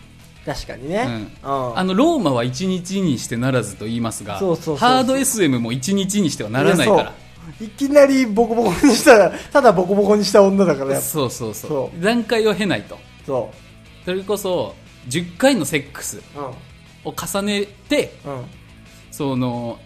[SPEAKER 2] 確かにね。う。
[SPEAKER 1] うんあのローマは1日にしてならずと言いますが
[SPEAKER 2] そうそうそうそう
[SPEAKER 1] ハード SM も1日にしてはならないか
[SPEAKER 2] い
[SPEAKER 1] ら
[SPEAKER 2] やそういきなりボコボコにしたら、ただボコボコにした女だから、やっぱ
[SPEAKER 1] そうそうそう
[SPEAKER 2] そ
[SPEAKER 1] 段階を経ないと
[SPEAKER 2] そ
[SPEAKER 1] それこそ10回のセックス
[SPEAKER 2] う。うん。
[SPEAKER 1] を重ねて
[SPEAKER 2] うん。
[SPEAKER 1] その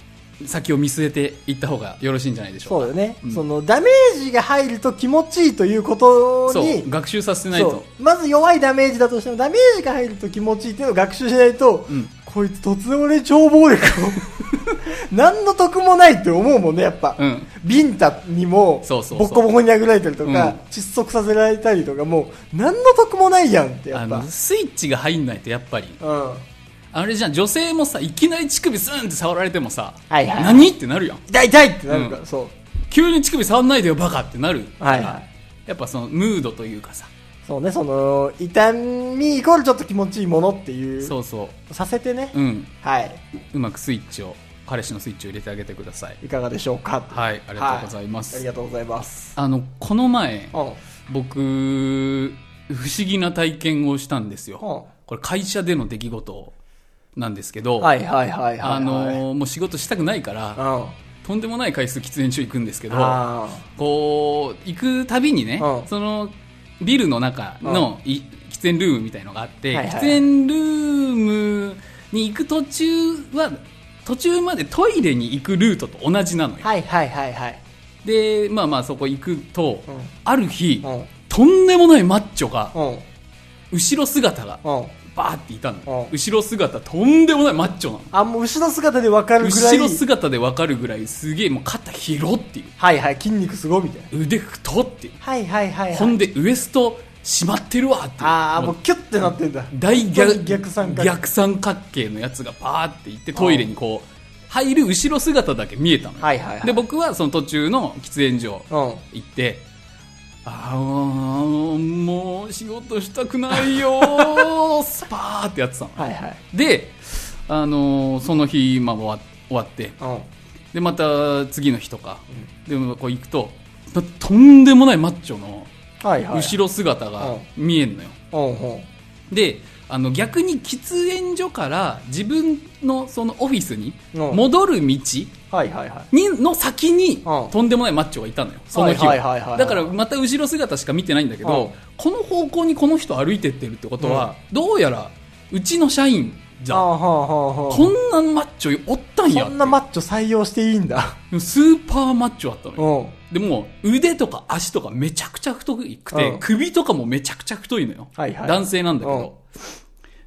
[SPEAKER 1] 先を見据えていった方がよろしいんじゃないでしょ
[SPEAKER 2] そうう
[SPEAKER 1] か
[SPEAKER 2] だね、
[SPEAKER 1] うん
[SPEAKER 2] その、ダメージが入ると気持ちいいということに、
[SPEAKER 1] そう学習させてない
[SPEAKER 2] そう
[SPEAKER 1] と
[SPEAKER 2] まず弱いダメージだとしてもダメージが入ると気持ちいいっていうのを学習しないと、
[SPEAKER 1] うん
[SPEAKER 2] こいつ突然俺に超暴
[SPEAKER 1] [laughs]
[SPEAKER 2] 力を何の得もないって思うもんねやっぱ、
[SPEAKER 1] うん
[SPEAKER 2] ビンタにも
[SPEAKER 1] そうそうそう
[SPEAKER 2] ボッコボコに殴られたりとか
[SPEAKER 1] うん
[SPEAKER 2] 窒息させられたりとかもう何の得もないやんってや
[SPEAKER 1] あ
[SPEAKER 2] っぱ
[SPEAKER 1] のスイッチが入んないとやっぱり
[SPEAKER 2] うん
[SPEAKER 1] あれじゃん女性もさいきなり乳首スンって触られてもさ、
[SPEAKER 2] はいはい
[SPEAKER 1] 何ってなるやん
[SPEAKER 2] 痛い痛いってなるから、
[SPEAKER 1] う
[SPEAKER 2] そう
[SPEAKER 1] 急に乳首触んないでよバカってなるから、
[SPEAKER 2] はいはい
[SPEAKER 1] やっぱそのムードというかさ
[SPEAKER 2] そうねその痛みイコールちょっと気持ちいいものっていう
[SPEAKER 1] そうそ
[SPEAKER 2] させてね、
[SPEAKER 1] ううん
[SPEAKER 2] はいう
[SPEAKER 1] まくスイッチを彼氏のスイッチを入れてあげてください
[SPEAKER 2] いかがでしょうか
[SPEAKER 1] はいありがとうございます
[SPEAKER 2] はありがとうございます
[SPEAKER 1] あのこの前
[SPEAKER 2] うん
[SPEAKER 1] 僕不思議な体験をしたんですよ
[SPEAKER 2] はあ
[SPEAKER 1] これ会社での出来事なんですけど、
[SPEAKER 2] はいはいはいはいはい。
[SPEAKER 1] あのもう仕事したくないから
[SPEAKER 2] うん。
[SPEAKER 1] とんでもない回数喫煙所行くんですけど
[SPEAKER 2] あ
[SPEAKER 1] こう行くたびにね、
[SPEAKER 2] うん
[SPEAKER 1] そのビルの中のい喫煙ルームみたいのがあって、
[SPEAKER 2] はいは
[SPEAKER 1] 喫
[SPEAKER 2] い
[SPEAKER 1] 煙ルームに行く途中は途中までトイレに行くルートと同じなの
[SPEAKER 2] ー
[SPEAKER 1] よ、
[SPEAKER 2] はいはいはいはい
[SPEAKER 1] でまあまあそこ行くと、
[SPEAKER 2] うん
[SPEAKER 1] ある日、
[SPEAKER 2] うん
[SPEAKER 1] とんでもないマッチョが
[SPEAKER 2] うん
[SPEAKER 1] 後ろ姿が
[SPEAKER 2] うん
[SPEAKER 1] バーっていたのよ、
[SPEAKER 2] うん
[SPEAKER 1] 後ろ姿とんでもないマッチョなの
[SPEAKER 2] あもう後ろ姿で分かるぐらい
[SPEAKER 1] 後ろ姿でわかるぐらいすげえもう肩広ってい
[SPEAKER 2] はいはい筋肉すごいみたいな
[SPEAKER 1] う腕太っていう
[SPEAKER 2] はいはいはい、はい、
[SPEAKER 1] ほんでウエスト締まってるわっていう
[SPEAKER 2] ああも
[SPEAKER 1] も
[SPEAKER 2] う
[SPEAKER 1] う
[SPEAKER 2] キュッてなってんだ
[SPEAKER 1] 大逆
[SPEAKER 2] 逆三角
[SPEAKER 1] 逆三角形のやつがバーっていってトイレにこう入る後ろ姿だけ見えたのよ、
[SPEAKER 2] はいはいはい
[SPEAKER 1] で僕はその途中の喫煙所
[SPEAKER 2] うん
[SPEAKER 1] 行ってああもう仕事したくないよ
[SPEAKER 2] [laughs]
[SPEAKER 1] ースパーってやってたの
[SPEAKER 2] はいはい
[SPEAKER 1] で、あのーその日、まあ、終わ終わって
[SPEAKER 2] うん
[SPEAKER 1] でまた次の日とか、でもこう行くとととんでもないマッチョの
[SPEAKER 2] はいはい
[SPEAKER 1] 後ろ姿が見えんのよ、
[SPEAKER 2] ろうんうん
[SPEAKER 1] であの逆に喫煙所から自分のそのオフィスに
[SPEAKER 2] うん
[SPEAKER 1] 戻る道に
[SPEAKER 2] はいはいはい
[SPEAKER 1] の先に
[SPEAKER 2] うん
[SPEAKER 1] とんでもないマッチョがいたのよその日
[SPEAKER 2] はいはいはいはいは
[SPEAKER 1] はいだからまた後ろ姿しか見てないんだけ
[SPEAKER 2] うん
[SPEAKER 1] どこの方向にこの人歩いてってるってことはどうやらうちの社員じゃ
[SPEAKER 2] あ
[SPEAKER 1] ん
[SPEAKER 2] はあはあはあ
[SPEAKER 1] こんなマッチョおったんや
[SPEAKER 2] こんなマッチョ採用していいんだ
[SPEAKER 1] スーパーマッチョだったの
[SPEAKER 2] う
[SPEAKER 1] よ
[SPEAKER 2] ん
[SPEAKER 1] でもう腕とか足とかめちゃくちゃ太くて、
[SPEAKER 2] うん
[SPEAKER 1] 首とかもめちゃくちゃ太いのよ、
[SPEAKER 2] はいはい
[SPEAKER 1] 男性なんだけど、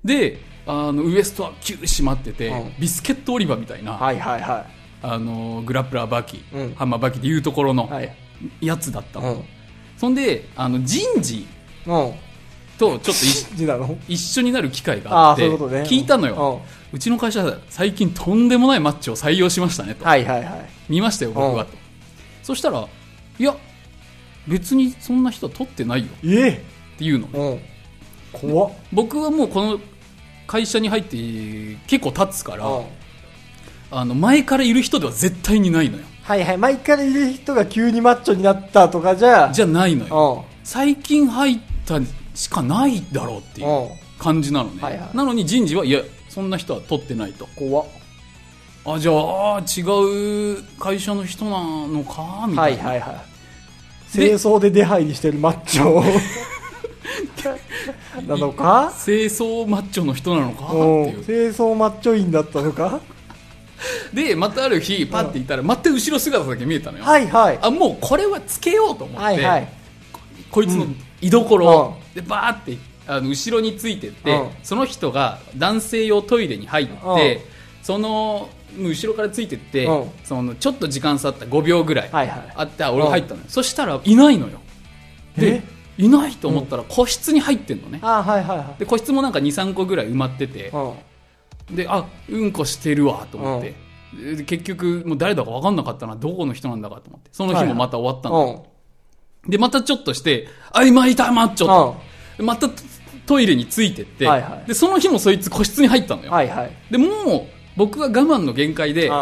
[SPEAKER 1] であのウエストはキュー締まってて、
[SPEAKER 2] うん
[SPEAKER 1] ビスケットオリバーみたいな、
[SPEAKER 2] はいはいは
[SPEAKER 1] あのグラップラーバキ、
[SPEAKER 2] うん
[SPEAKER 1] ハンマーバキでいうところ
[SPEAKER 2] いは
[SPEAKER 1] の
[SPEAKER 2] い
[SPEAKER 1] やつだった
[SPEAKER 2] う
[SPEAKER 1] の、
[SPEAKER 2] ん
[SPEAKER 1] そんであの人事
[SPEAKER 2] うん
[SPEAKER 1] とちょっとい
[SPEAKER 2] 字なの
[SPEAKER 1] 一緒になる機会が
[SPEAKER 2] あ
[SPEAKER 1] あ
[SPEAKER 2] あ
[SPEAKER 1] って
[SPEAKER 2] そういうことね
[SPEAKER 1] 聞いたのよ、
[SPEAKER 2] うん
[SPEAKER 1] うちの会社最近とんでもないマッチを採用しましたねと、
[SPEAKER 2] はいはいはい
[SPEAKER 1] 見ましたよ僕は
[SPEAKER 2] うん
[SPEAKER 1] とそしたらいや別にそんな人は取ってないよ
[SPEAKER 2] え
[SPEAKER 1] っていうのね、
[SPEAKER 2] うん怖っ
[SPEAKER 1] 僕はもうこの会社に入って結構経つから、
[SPEAKER 2] うん
[SPEAKER 1] あの前からいる人では絶対にないのよ
[SPEAKER 2] はいはい前からいる人が急にマッチョになったとかじゃ
[SPEAKER 1] じゃないのよ
[SPEAKER 2] うん
[SPEAKER 1] 最近入ったしかないだろうっていう
[SPEAKER 2] うん
[SPEAKER 1] 感じなのね、
[SPEAKER 2] はいはい
[SPEAKER 1] なのに人事はいやそんな人は取ってないと
[SPEAKER 2] 怖っ
[SPEAKER 1] あじゃああー違う会社の人なのかみた
[SPEAKER 2] はいい
[SPEAKER 1] な、
[SPEAKER 2] はいはい清掃で出入りしてるマッチ [laughs] ョなのか
[SPEAKER 1] 清掃マッチョの人なのかって
[SPEAKER 2] うん
[SPEAKER 1] いう
[SPEAKER 2] 清掃マッチョ員だったのか
[SPEAKER 1] でまたある日パッていたらまた後ろ姿だけ見えたのよ、
[SPEAKER 2] はいはい
[SPEAKER 1] あもうこれはつけようと思って、
[SPEAKER 2] はいはい
[SPEAKER 1] こいつの居所
[SPEAKER 2] うん
[SPEAKER 1] を、でバーってあの後ろについてって、
[SPEAKER 2] うん
[SPEAKER 1] その人が男性用トイレに入って、
[SPEAKER 2] うん
[SPEAKER 1] その後ろからついてって、
[SPEAKER 2] うん
[SPEAKER 1] そのちょっと時間差あった5秒ぐらい、
[SPEAKER 2] はいはい
[SPEAKER 1] あってあ俺が入ったのよ、そしたらいないのよでいないと思ったら個室に入ってんのね、
[SPEAKER 2] あはいはいは
[SPEAKER 1] で個室もなんか23個ぐらい埋まってて、
[SPEAKER 2] い
[SPEAKER 1] であうんこしてるわと思って、で結局もう誰だか分かんなかったなどこの人なんだかと思ってその日もまた終わったの、
[SPEAKER 2] うん
[SPEAKER 1] でまたちょっとして「あ今いたマッチョ」と、でまたトトイレについてって、
[SPEAKER 2] はいはい
[SPEAKER 1] でその日もそいつ個室に入ったのよ、
[SPEAKER 2] はいはい
[SPEAKER 1] でもう僕は我慢の限界で、う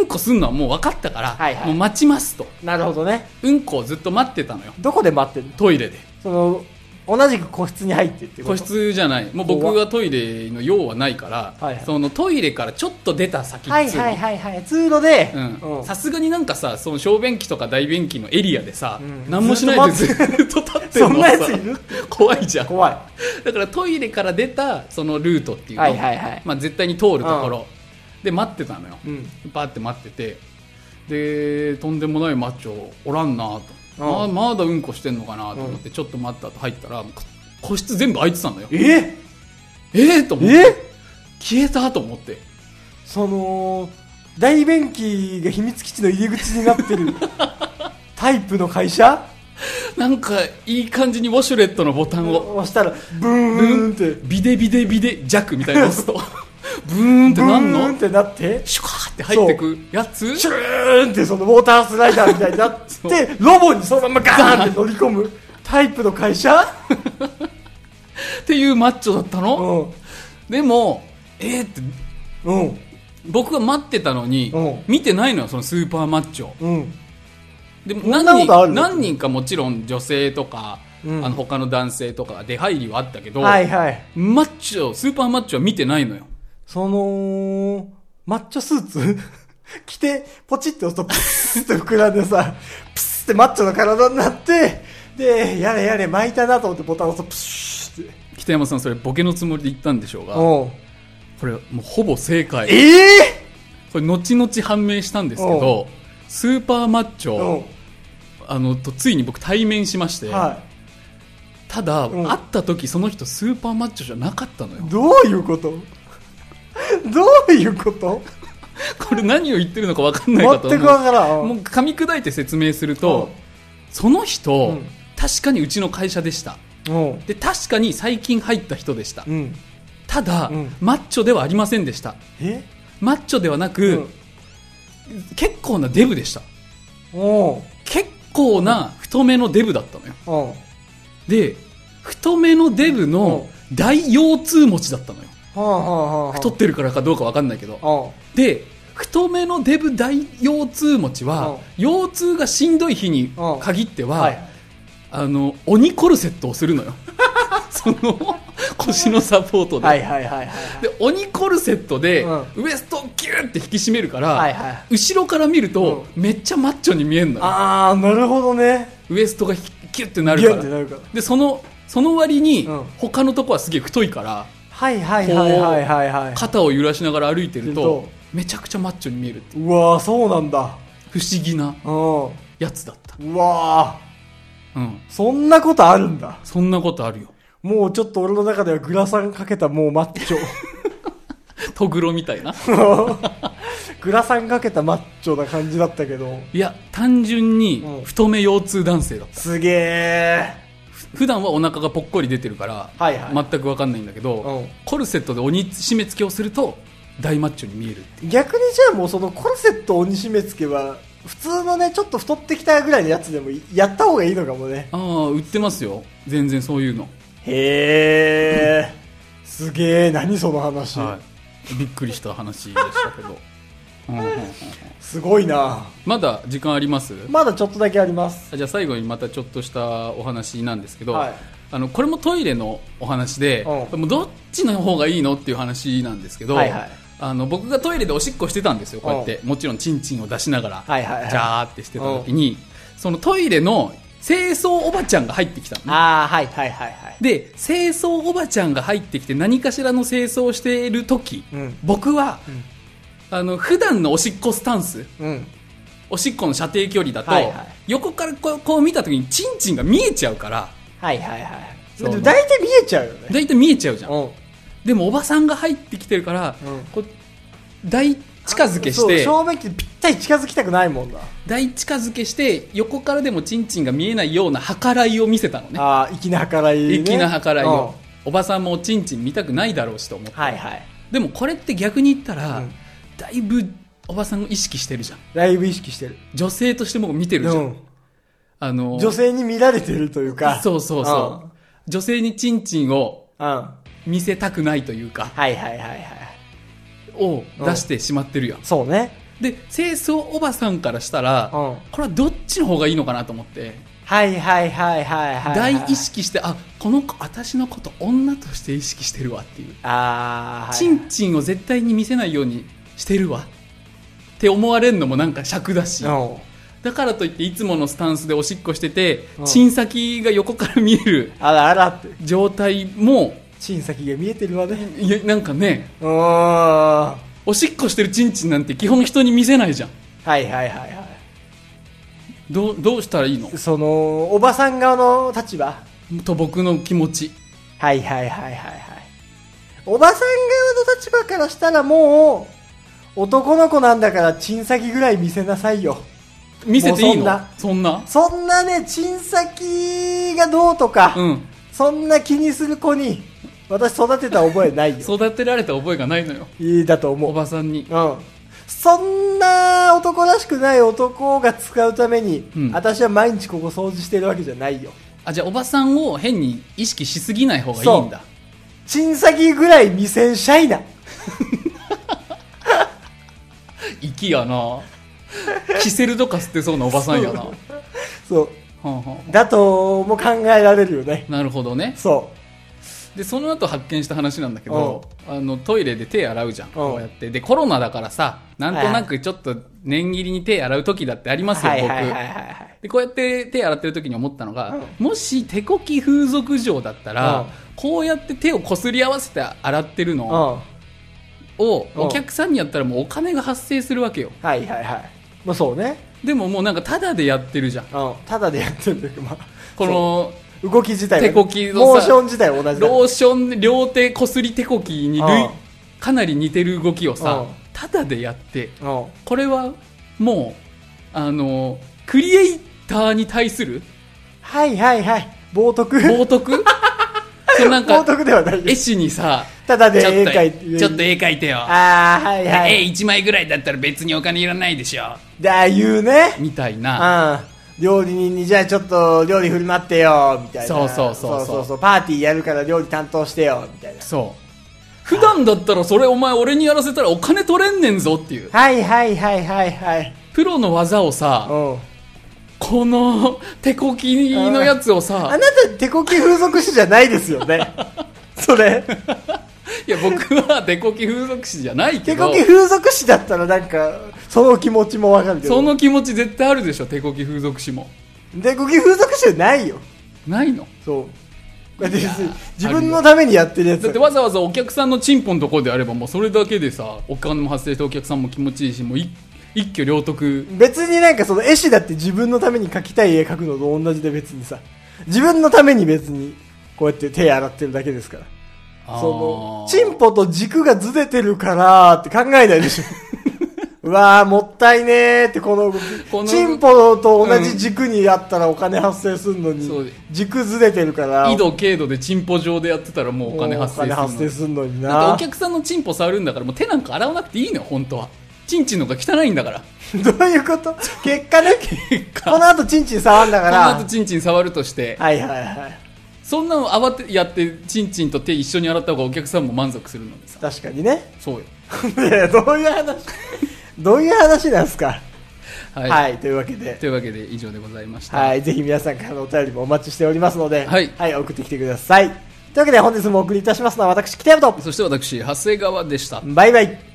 [SPEAKER 1] んこすんのはもう分かったから、
[SPEAKER 2] はいはい
[SPEAKER 1] もう待ちますと
[SPEAKER 2] なるほどね
[SPEAKER 1] うんこをずっと待ってたのよ
[SPEAKER 2] どこで待ってんの
[SPEAKER 1] トイレで
[SPEAKER 2] その同じく個室に入ってってこ
[SPEAKER 1] 個
[SPEAKER 2] と
[SPEAKER 1] 室じゃないもう僕はトイレの用はないから、
[SPEAKER 2] はいはい
[SPEAKER 1] そのトイレからちょっと出た先っつうの
[SPEAKER 2] はいはいはいはい通路で
[SPEAKER 1] うん
[SPEAKER 2] うん
[SPEAKER 1] さすがになんかさその小便器とか大便器のエリアでさ、
[SPEAKER 2] うん
[SPEAKER 1] 何もしないでず
[SPEAKER 2] ず
[SPEAKER 1] っと立って
[SPEAKER 2] そ
[SPEAKER 1] る
[SPEAKER 2] ん
[SPEAKER 1] の
[SPEAKER 2] な
[SPEAKER 1] さ
[SPEAKER 2] やついる
[SPEAKER 1] 怖いじゃん
[SPEAKER 2] 怖い
[SPEAKER 1] だからトイレから出たそのルートっていうの、
[SPEAKER 2] はいはいはい
[SPEAKER 1] まあ、絶対に通るところ、で待ってたのよ、
[SPEAKER 2] うん
[SPEAKER 1] パーって待っててでとんでもないマッチョおらんなと、
[SPEAKER 2] うん
[SPEAKER 1] まあまだうんこしてんのかなと思って、ちょっと待ったと入ったらこ個室全部空いてたのよ
[SPEAKER 2] え
[SPEAKER 1] ええと思って
[SPEAKER 2] え
[SPEAKER 1] 消えたと思って
[SPEAKER 2] その大便器が秘密基地の入り口になって
[SPEAKER 1] [laughs]
[SPEAKER 2] るタイプの会社
[SPEAKER 1] なんかいい感じにウォシュレットのボタンを
[SPEAKER 2] 押したらブーンって
[SPEAKER 1] ビデビデビデ弱みたいなの
[SPEAKER 2] [laughs]
[SPEAKER 1] 押すとブーンって
[SPEAKER 2] ブ
[SPEAKER 1] なん
[SPEAKER 2] ーンっ
[SPEAKER 1] の
[SPEAKER 2] てなって
[SPEAKER 1] シュカーって入ってくやつ
[SPEAKER 2] シューンってそのウォータースライダーみたいになっ
[SPEAKER 1] そう
[SPEAKER 2] てロボにそのままガーンって乗り込むタイプの会社
[SPEAKER 1] っていうマッチョだった
[SPEAKER 2] う
[SPEAKER 1] の、
[SPEAKER 2] ん
[SPEAKER 1] でもえー、って
[SPEAKER 2] うん
[SPEAKER 1] 僕が待ってたのに、
[SPEAKER 2] うん
[SPEAKER 1] 見てないのよそのスーパーマッチョ
[SPEAKER 2] うん
[SPEAKER 1] でも
[SPEAKER 2] ん
[SPEAKER 1] 何
[SPEAKER 2] なことあ
[SPEAKER 1] 人
[SPEAKER 2] る
[SPEAKER 1] 何人かもちろん女性とか、
[SPEAKER 2] うん
[SPEAKER 1] あの他の男性とか出入りはあったけど、
[SPEAKER 2] はいはい
[SPEAKER 1] マッチョスーパーマッチョは見てないのよ
[SPEAKER 2] そのマッチョスーツ [laughs] 着て、ポチって押すと、プスって膨らんでさ、プスってマッチョの体になって、で、やれやれ巻いたなと思ってボタンを押すと、プシューって。
[SPEAKER 1] 北山さんそれボケのつもりで言ったんでしょうがこ
[SPEAKER 2] おう
[SPEAKER 1] れもうほぼ正解
[SPEAKER 2] ええ
[SPEAKER 1] これ後々判明したんですけ
[SPEAKER 2] お
[SPEAKER 1] どスーパーマッチョ
[SPEAKER 2] おう
[SPEAKER 1] あのとついに僕対面しまして、
[SPEAKER 2] は
[SPEAKER 1] ただ
[SPEAKER 2] うん
[SPEAKER 1] 会った時その人スーパーマッチョじゃなかったのよ
[SPEAKER 2] い。どういうことどういうこと
[SPEAKER 1] これ何を言ってるのか分かんないかと
[SPEAKER 2] 全
[SPEAKER 1] 思
[SPEAKER 2] くわ
[SPEAKER 1] う
[SPEAKER 2] からん。
[SPEAKER 1] もう噛み砕いて説明する
[SPEAKER 2] う
[SPEAKER 1] と
[SPEAKER 2] ん
[SPEAKER 1] その人、
[SPEAKER 2] うん
[SPEAKER 1] 確かにうちの会社でした
[SPEAKER 2] おう
[SPEAKER 1] で確かに最近入った人でした
[SPEAKER 2] うん。
[SPEAKER 1] ただ、
[SPEAKER 2] うん
[SPEAKER 1] マッチョではありませんでした
[SPEAKER 2] え
[SPEAKER 1] マッチョではなく、結構なデブでした
[SPEAKER 2] おう
[SPEAKER 1] 結構な太めのデブだったのよ
[SPEAKER 2] おう
[SPEAKER 1] で太めのデブの大腰痛持ちだったのよ
[SPEAKER 2] はあはあはあ。
[SPEAKER 1] 太ってるからかどうか分かんないけど
[SPEAKER 2] おう
[SPEAKER 1] で太めのデブ大腰痛持ちは腰痛がしんどい日に限っては、
[SPEAKER 2] はい。
[SPEAKER 1] あの鬼コルセットをする
[SPEAKER 2] [laughs]
[SPEAKER 1] のよその腰のサポートで、
[SPEAKER 2] はいはいはいはいはい。
[SPEAKER 1] で鬼コルセットで、
[SPEAKER 2] う
[SPEAKER 1] ウエストをギューって引き締めるから、
[SPEAKER 2] はいはい。
[SPEAKER 1] 後ろから見ると、めっちゃマッチョに見えるのよ
[SPEAKER 2] あー、なるほどね。
[SPEAKER 1] ウエストがひキュッてな
[SPEAKER 2] ギ
[SPEAKER 1] る
[SPEAKER 2] ュ
[SPEAKER 1] か
[SPEAKER 2] ンって
[SPEAKER 1] ら
[SPEAKER 2] なるから。
[SPEAKER 1] でそのその割に、
[SPEAKER 2] うん
[SPEAKER 1] 他のとこはすげえ太いから
[SPEAKER 2] はいはいはいはいはいはい。
[SPEAKER 1] 肩を揺らしながら歩いてる
[SPEAKER 2] する
[SPEAKER 1] と
[SPEAKER 2] と
[SPEAKER 1] めちゃくちゃマッチョに見えるっていう
[SPEAKER 2] うわー、そうなんだ。
[SPEAKER 1] 不思議な
[SPEAKER 2] うん。
[SPEAKER 1] やつだった、
[SPEAKER 2] うわ
[SPEAKER 1] うん、
[SPEAKER 2] ー、そんなことあるんだ。
[SPEAKER 1] そんなことあ [laughs] るよ
[SPEAKER 2] もうちょっと俺の中ではグラサンかけたもうマッチョ。
[SPEAKER 1] トグロみたいな
[SPEAKER 2] [laughs] グラサンかけたマッチョな感じだったけど。
[SPEAKER 1] いや単純
[SPEAKER 2] う
[SPEAKER 1] に
[SPEAKER 2] ん
[SPEAKER 1] 太め腰痛男性だった
[SPEAKER 2] すげえ。
[SPEAKER 1] 普段はお腹がぽっこり出てるから、
[SPEAKER 2] はいはい
[SPEAKER 1] 全く分かんないんだけど、
[SPEAKER 2] うん
[SPEAKER 1] コルセットで鬼締め付けをすると大マッチョに見えるって
[SPEAKER 2] 逆にじゃあもうそのコルセット鬼締め付けは、普通のね、ちょっと太ってきたぐらいのやつでもやった方がいいのかもね。
[SPEAKER 1] ああ売ってますよ全然そういうの、
[SPEAKER 2] へえ。すげえ、何その話。
[SPEAKER 1] はい、びっくりした話でしたけど [laughs] うんうんうんうん
[SPEAKER 2] すごいな。
[SPEAKER 1] まだ時間あります、
[SPEAKER 2] まだちょっとだけあります。
[SPEAKER 1] じゃあ最後にまたちょっとしたお話なんですけど、
[SPEAKER 2] はい
[SPEAKER 1] あのこれもトイレのお話で、
[SPEAKER 2] う
[SPEAKER 1] もうどっちの方がいいのっていう話なんですけど、
[SPEAKER 2] はいはい
[SPEAKER 1] あの僕がトイレでおしっこしてたんですよこうやって、もちろんチンチンを出しながら、
[SPEAKER 2] はいはいはい
[SPEAKER 1] ジャーってしてた時に、そのトイレの清掃おばちゃんが入ってきたのね
[SPEAKER 2] ああ、はいはいはいはい。
[SPEAKER 1] で清掃おばちゃんが入ってきて何かしらの清掃をしている時、
[SPEAKER 2] うん
[SPEAKER 1] 僕は、あの普段のおしっこスタンス
[SPEAKER 2] うん。
[SPEAKER 1] おしっこの射程距離だと、
[SPEAKER 2] はいはい
[SPEAKER 1] 横からこうこう見た時にチンチンが見えちゃうから
[SPEAKER 2] はいはいはい。
[SPEAKER 1] そう
[SPEAKER 2] でも大体見えちゃうよね。
[SPEAKER 1] 大体見えちゃうじゃん、
[SPEAKER 2] うん。
[SPEAKER 1] でもおばさんが入ってきてるから、
[SPEAKER 2] うん
[SPEAKER 1] こう大近づけして
[SPEAKER 2] そう正面切ってぴったり近づきたくないもんだ。
[SPEAKER 1] 大近づけして横からでもチンチンが見えないような計らいを見せたのね
[SPEAKER 2] ああ、粋な計らい、ね。
[SPEAKER 1] 粋な計らい
[SPEAKER 2] うん
[SPEAKER 1] をおばさんもチンチン見たくないだろうしと思って、
[SPEAKER 2] はいはい。
[SPEAKER 1] でもこれって逆に言ったら、
[SPEAKER 2] うん
[SPEAKER 1] だいぶおばさんを意識してるじゃん
[SPEAKER 2] だいぶ意識してる。
[SPEAKER 1] 女性としても見てるじゃん、
[SPEAKER 2] うん。
[SPEAKER 1] あの
[SPEAKER 2] 女性に見られてるというか。
[SPEAKER 1] そうそうそう、
[SPEAKER 2] うん。
[SPEAKER 1] 女性にチンチンを
[SPEAKER 2] うん。は
[SPEAKER 1] 見せたくないというか
[SPEAKER 2] いはいはいはい。
[SPEAKER 1] を出してしまってるやん、
[SPEAKER 2] そうね。
[SPEAKER 1] で清掃おばさんからしたら、
[SPEAKER 2] うん
[SPEAKER 1] これはどっちの方がいいのかなと思って、
[SPEAKER 2] はいはいはいはいはい。
[SPEAKER 1] 大意。識してあこの子私のこと女として意識してるわっていう、
[SPEAKER 2] ああ。
[SPEAKER 1] チンチンを絶対に見せないようにしてるわって思われるのもなんか尺だし、
[SPEAKER 2] うん。
[SPEAKER 1] だからといっていつものスタンスでおしっこしてて、
[SPEAKER 2] うん
[SPEAKER 1] チン先が横から見える
[SPEAKER 2] あらあらって。
[SPEAKER 1] 状態も
[SPEAKER 2] チン先が見えてるわね。
[SPEAKER 1] いやなんかね
[SPEAKER 2] うーん。は
[SPEAKER 1] おしっこしてるチンチンなんて基本人に見せないじゃん
[SPEAKER 2] いはいはいはい。
[SPEAKER 1] どうどうしたらいいの
[SPEAKER 2] その、おばさん側の立場。
[SPEAKER 1] と僕の気持ち
[SPEAKER 2] はいはいはいはいはい。おばさん側の立場からしたらもう、男の子なんだから、チン先ぐらい見せなさいよ。
[SPEAKER 1] 見せていい
[SPEAKER 2] もうそん
[SPEAKER 1] の
[SPEAKER 2] な
[SPEAKER 1] そんな
[SPEAKER 2] そんなね、チン先がどうとか、
[SPEAKER 1] うん
[SPEAKER 2] そんな気にする子に、私育てた覚えないよ。
[SPEAKER 1] 育てられた覚えがないのよ
[SPEAKER 2] いいだと
[SPEAKER 1] お
[SPEAKER 2] 思う。
[SPEAKER 1] ばさんに
[SPEAKER 2] うん。そんな男らしくない男が使うために、
[SPEAKER 1] うん
[SPEAKER 2] 私は毎日ここ掃除してるわけじゃないよ。
[SPEAKER 1] あじゃあおばさんを変に意識しすぎない方がいいんだ
[SPEAKER 2] チン先ぐらい見せんしゃいな。
[SPEAKER 1] きやなキセルとか吸ってそうなおばさんやな
[SPEAKER 2] そうそう。
[SPEAKER 1] はんはん
[SPEAKER 2] だとも考えられるよね。
[SPEAKER 1] なるほどね
[SPEAKER 2] そう。
[SPEAKER 1] でその後発見した話なんだけどあのトイレで手洗うじゃんこうやってでコロナだからさなんとなくちょっと念入りに手洗う時だってありますよ
[SPEAKER 2] はい
[SPEAKER 1] 僕
[SPEAKER 2] はいはいはいはい
[SPEAKER 1] でこうやって手洗ってる時に思ったのが、もし手こき風俗嬢だったら、
[SPEAKER 2] うん
[SPEAKER 1] こうやって手をこすり合わせて洗ってる
[SPEAKER 2] う
[SPEAKER 1] の
[SPEAKER 2] ん
[SPEAKER 1] を、
[SPEAKER 2] うん
[SPEAKER 1] お客さんにやったらもうお金が発生するわけよ
[SPEAKER 2] はいはいはいまあそうね
[SPEAKER 1] でももうなんかタダでやってるじゃん
[SPEAKER 2] うんただでやってるというかまあ
[SPEAKER 1] この
[SPEAKER 2] そう動き自体は
[SPEAKER 1] 手こきのさ
[SPEAKER 2] モーション自体は同じだ
[SPEAKER 1] ローション両手こすり手こきに類
[SPEAKER 2] うん
[SPEAKER 1] かなり似てる動きを
[SPEAKER 2] う
[SPEAKER 1] さ
[SPEAKER 2] ん
[SPEAKER 1] タダでやって
[SPEAKER 2] うん
[SPEAKER 1] これはもうあのクリエイターに対する
[SPEAKER 2] はいはいはい冒涜
[SPEAKER 1] 冒
[SPEAKER 2] [laughs]
[SPEAKER 1] 涜そのなん
[SPEAKER 2] 冒
[SPEAKER 1] か
[SPEAKER 2] 涜ではない
[SPEAKER 1] 絵
[SPEAKER 2] です
[SPEAKER 1] 師にさ
[SPEAKER 2] ただで
[SPEAKER 1] ちょっ
[SPEAKER 2] 絵
[SPEAKER 1] と
[SPEAKER 2] 描いて
[SPEAKER 1] ちょっと絵描いてよ。
[SPEAKER 2] ああはいは
[SPEAKER 1] 絵
[SPEAKER 2] い
[SPEAKER 1] 1枚ぐらいだったら別にお金いらないでしょ。
[SPEAKER 2] だ言うね
[SPEAKER 1] みたいな。
[SPEAKER 2] うん料理人にじゃあちょっと料理振る舞ってよみたいな
[SPEAKER 1] そうそうそうそう
[SPEAKER 2] そうそうパーティーやるから料理担当してよみたいな
[SPEAKER 1] そう。普段だったらそれお前俺にやらせたらお金取れんねんぞっていう。
[SPEAKER 2] はいはいはいはいはい
[SPEAKER 1] プロの技をさ、
[SPEAKER 2] うん
[SPEAKER 1] この手こきのやつをさ
[SPEAKER 2] あ、なた手こき風俗師じゃないです
[SPEAKER 1] [laughs]
[SPEAKER 2] よねそれ
[SPEAKER 1] いや僕は手こき風俗師じゃないけ
[SPEAKER 2] 手こ
[SPEAKER 1] ど
[SPEAKER 2] き、風俗師だったらなんかその気持ちもわかるけど
[SPEAKER 1] その気持ち絶対あるでしょ、手こき風俗師も。
[SPEAKER 2] 手こき風俗師じゃないよ
[SPEAKER 1] ないの
[SPEAKER 2] そうだって
[SPEAKER 1] いや
[SPEAKER 2] 自分のためにやってるやつ
[SPEAKER 1] だってわざわざお客さんのチンポのところであればもうそれだけでさ、お金も発生してお客さんも気持ちいいし、もう一一挙両得
[SPEAKER 2] 別になんかその絵師だって自分のために描きたい絵描くのと同じで別にさ自分のために別にこうやって手洗ってるだけですからその
[SPEAKER 1] あー
[SPEAKER 2] チンポと軸がずれてるからって考えない
[SPEAKER 1] [laughs]
[SPEAKER 2] でしょうわーもったいねーってこの動き
[SPEAKER 1] この動き
[SPEAKER 2] チンポと同じ軸にあったらお金発生するのに、
[SPEAKER 1] そう
[SPEAKER 2] 軸ずれてるから
[SPEAKER 1] 緯度経度でチンポ上でやってたらもうお金発生する
[SPEAKER 2] お金
[SPEAKER 1] の
[SPEAKER 2] 発生するのに
[SPEAKER 1] だって
[SPEAKER 2] な
[SPEAKER 1] お客さんのチンポ触るんだからもう手なんか洗わなくていいのよ本当はチンチンの方が汚いんだから
[SPEAKER 2] [laughs] どういうこと結果ね
[SPEAKER 1] 結
[SPEAKER 2] この後チンチン触んだか
[SPEAKER 1] そ
[SPEAKER 2] ら
[SPEAKER 1] の後チンチン触るとして
[SPEAKER 2] はいはいはい
[SPEAKER 1] そんなの慌てやってチンチンと手一緒に洗った方がお客さんも満足するのでさ
[SPEAKER 2] 確かにね [laughs]
[SPEAKER 1] そうよ
[SPEAKER 2] いやどういう話どういう話なんですか
[SPEAKER 1] は、
[SPEAKER 2] はいい、というわけで、
[SPEAKER 1] というわけで以上でございました、
[SPEAKER 2] はい、ぜひ皆さんからのお便りもお待ちしておりますので、
[SPEAKER 1] はい
[SPEAKER 2] 送ってきてくださいというわけで本日もお送りいたしますのは私北山と
[SPEAKER 1] そして私長谷川でした
[SPEAKER 2] バイバイ